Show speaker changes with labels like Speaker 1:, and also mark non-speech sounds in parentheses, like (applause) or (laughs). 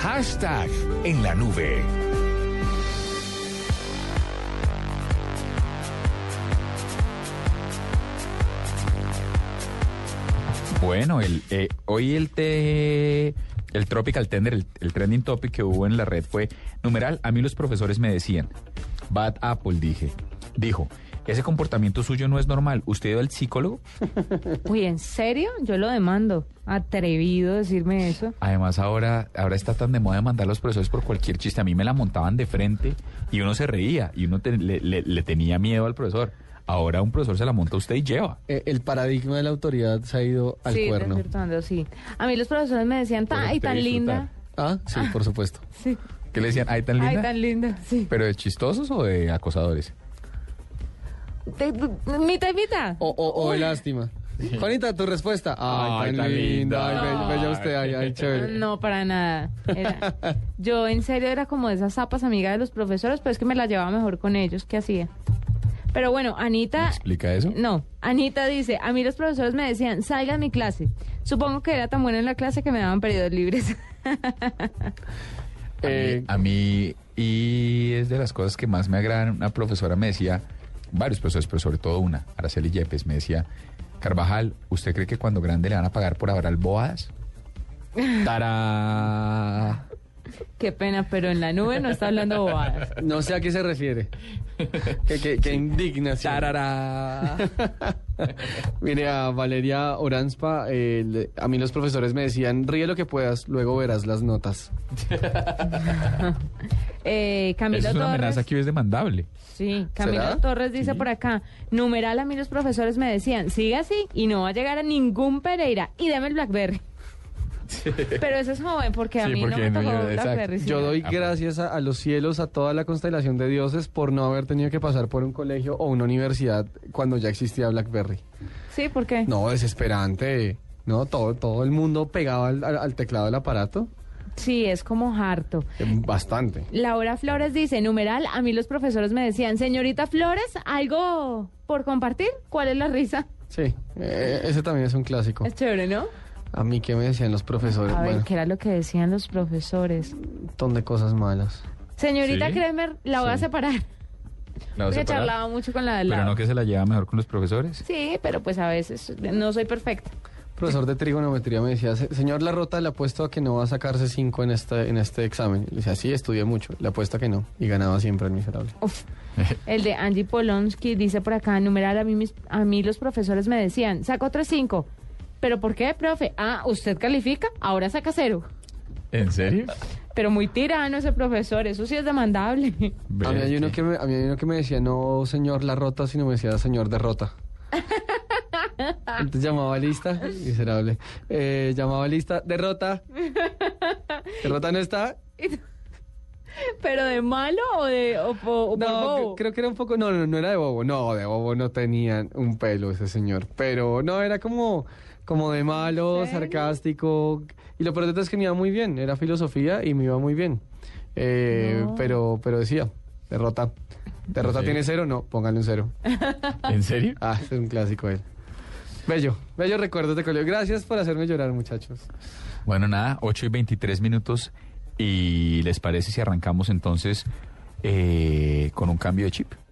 Speaker 1: hashtag en la nube.
Speaker 2: Bueno, el, eh, hoy el te, el Tropical Tender, el, el trending topic que hubo en la red fue, numeral, a mí los profesores me decían, Bad Apple, dije, dijo, ese comportamiento suyo no es normal, ¿usted iba al psicólogo?
Speaker 3: Uy, ¿en serio? Yo lo demando. Atrevido decirme eso.
Speaker 2: Además ahora, ahora está tan de moda demandar a los profesores por cualquier chiste, a mí me la montaban de frente y uno se reía y uno te- le- le- le tenía miedo al profesor. Ahora un profesor se la monta a usted y lleva.
Speaker 4: Eh, el paradigma de la autoridad se ha ido al
Speaker 3: sí,
Speaker 4: cuerno.
Speaker 3: desvirtuando, sí. A mí los profesores me decían,
Speaker 2: Por
Speaker 3: ay, tan linda.
Speaker 2: disfrutar.
Speaker 4: Ah, sí, por supuesto.
Speaker 3: Sí.
Speaker 2: ¿Qué le decían? ¿Ay, tan linda?
Speaker 3: Ay, tan linda, sí.
Speaker 2: ¿Pero de chistosos o de acosadores?
Speaker 3: Te- mitad y mitad.
Speaker 2: Oh,
Speaker 4: O, o, o de lástima. Juanita, tu respuesta. Ay,
Speaker 2: Ay,
Speaker 4: tan,
Speaker 2: tan
Speaker 4: linda.
Speaker 2: linda.
Speaker 4: Ay, be- bella usted. Ay, ay, chévere.
Speaker 3: No, para nada. Era-
Speaker 2: (laughs)
Speaker 3: yo en serio era como de esas zapas amiga de los profesores, pero es que me la llevaba mejor con ellos. ¿Qué hacía? Pero bueno,
Speaker 2: ¿Me
Speaker 3: Anita...
Speaker 2: explica eso?
Speaker 3: No, Anita dice, a mí los profesores me decían, salga de mi clase. Supongo que era tan buena en la clase que me daban periodos libres. (laughs)
Speaker 2: A mí-
Speaker 4: Eh,
Speaker 2: a, mí, y es de las cosas que más me agradan, una profesora me decía, varios profesores, pero sobre todo una, Araceli Yepes, me decía, Carvajal, ¿usted cree que cuando grande le van a pagar por hablar
Speaker 4: (laughs)
Speaker 2: boadas? ¡Tará!
Speaker 3: Qué pena, pero en la nube no está hablando bobadas.
Speaker 4: No sé a qué
Speaker 2: (laughs)
Speaker 4: se refiere. Qué, qué- qué indignación. (laughs)
Speaker 2: ¡Tarará!
Speaker 4: Mire, a Valeria Oranspa, eh, le- a mí los profesores me decían, ríe lo que puedas, luego verás las notas.
Speaker 3: Eh, Camilo
Speaker 2: Eso es una
Speaker 3: Torres.
Speaker 2: amenaza que hoy es demandable.
Speaker 3: Sí, Camilo
Speaker 4: ¿Será?
Speaker 3: Torres dice por acá, numeral a mí los profesores me decían, siga así y no va a llegar a ningún Pereira y dame el Blackberry. Pero eso es joven porque a
Speaker 2: Sí,
Speaker 3: mí
Speaker 2: porque
Speaker 3: no me
Speaker 2: no,
Speaker 3: tocó
Speaker 2: yo- exacto.
Speaker 3: Blackberry. sí.
Speaker 4: Yo doy
Speaker 2: Ah,
Speaker 4: gracias a, a los cielos, a toda la constelación de dioses, por no haber tenido que pasar por un colegio o una universidad cuando ya existía BlackBerry.
Speaker 3: Sí, ¿por qué?
Speaker 4: No, desesperante. No, todo, todo el mundo pegaba al, al- al teclado del aparato.
Speaker 3: Sí, es como harto.
Speaker 4: Eh, Bastante.
Speaker 3: Laura Flores dice, numeral, a mí los profesores me decían, señorita Flores, ¿algo por compartir? ¿Cuál es la risa?
Speaker 4: Sí, eh, ese también es un clásico.
Speaker 3: Es chévere, ¿no?
Speaker 4: A mí que me decían los profesores,
Speaker 3: A ver,
Speaker 4: bueno,
Speaker 3: ¿qué era lo que decían los profesores?
Speaker 4: un montón de cosas malas.
Speaker 3: Señorita
Speaker 2: Sí.
Speaker 3: Kremer, la voy a
Speaker 2: Sí.
Speaker 3: separar.
Speaker 2: La voy a
Speaker 3: Porque
Speaker 2: separar.
Speaker 3: charlaba mucho con la de
Speaker 2: Pero no que se la lleva mejor con los profesores.
Speaker 3: Sí, pero pues a veces no soy perfecta.
Speaker 4: profesor de trigonometría me decía, "Se- señor La Rota, le apuesto a que no va a sacarse 5 en este, en este examen. Le decía, sí, estudié mucho, le apuesto a que no. Y ganaba siempre el miserable.
Speaker 2: (laughs)
Speaker 3: Uf. El de Angie Polonsky dice por acá, numeral, a mí, mis- a mí los profesores me decían, saca otro cinco. ¿Pero por qué, profe? Ah, usted califica, ahora saca cero.
Speaker 2: ¿En serio?
Speaker 3: Pero muy tirano ese profesor, eso sí es demandable. (laughs)
Speaker 4: A mí, hay uno que me, a mí hay uno que me decía, no señor La Rota, sino me decía señor Derrota. Entonces llamaba lista, miserable. Eh, llamaba lista, derrota. Derrota no está.
Speaker 3: ¿Pero de malo o de o po- o Oh, por
Speaker 4: No,
Speaker 3: bobo?
Speaker 4: cre- creo que era un poco. No, no, no era de bobo. No, de bobo no tenían un pelo ese señor. Pero no, era como, como de malo,
Speaker 3: ¿En serio?
Speaker 4: sarcástico. Y lo peor de todo es que me iba muy bien. Era filosofía y me iba muy bien. Eh,
Speaker 3: No.
Speaker 4: pero, pero decía, derrota. ¿Derrota
Speaker 2: Sí.
Speaker 4: tiene cero? No, póngale un cero.
Speaker 2: ¿En serio?
Speaker 4: Ah, es un clásico él. Bello, bello recuerdos de colegio. Gracias por hacerme llorar, muchachos.
Speaker 2: Bueno, nada, 8 y 23 minutos. ¿Y les parece si arrancamos entonces eh, con un cambio de chip?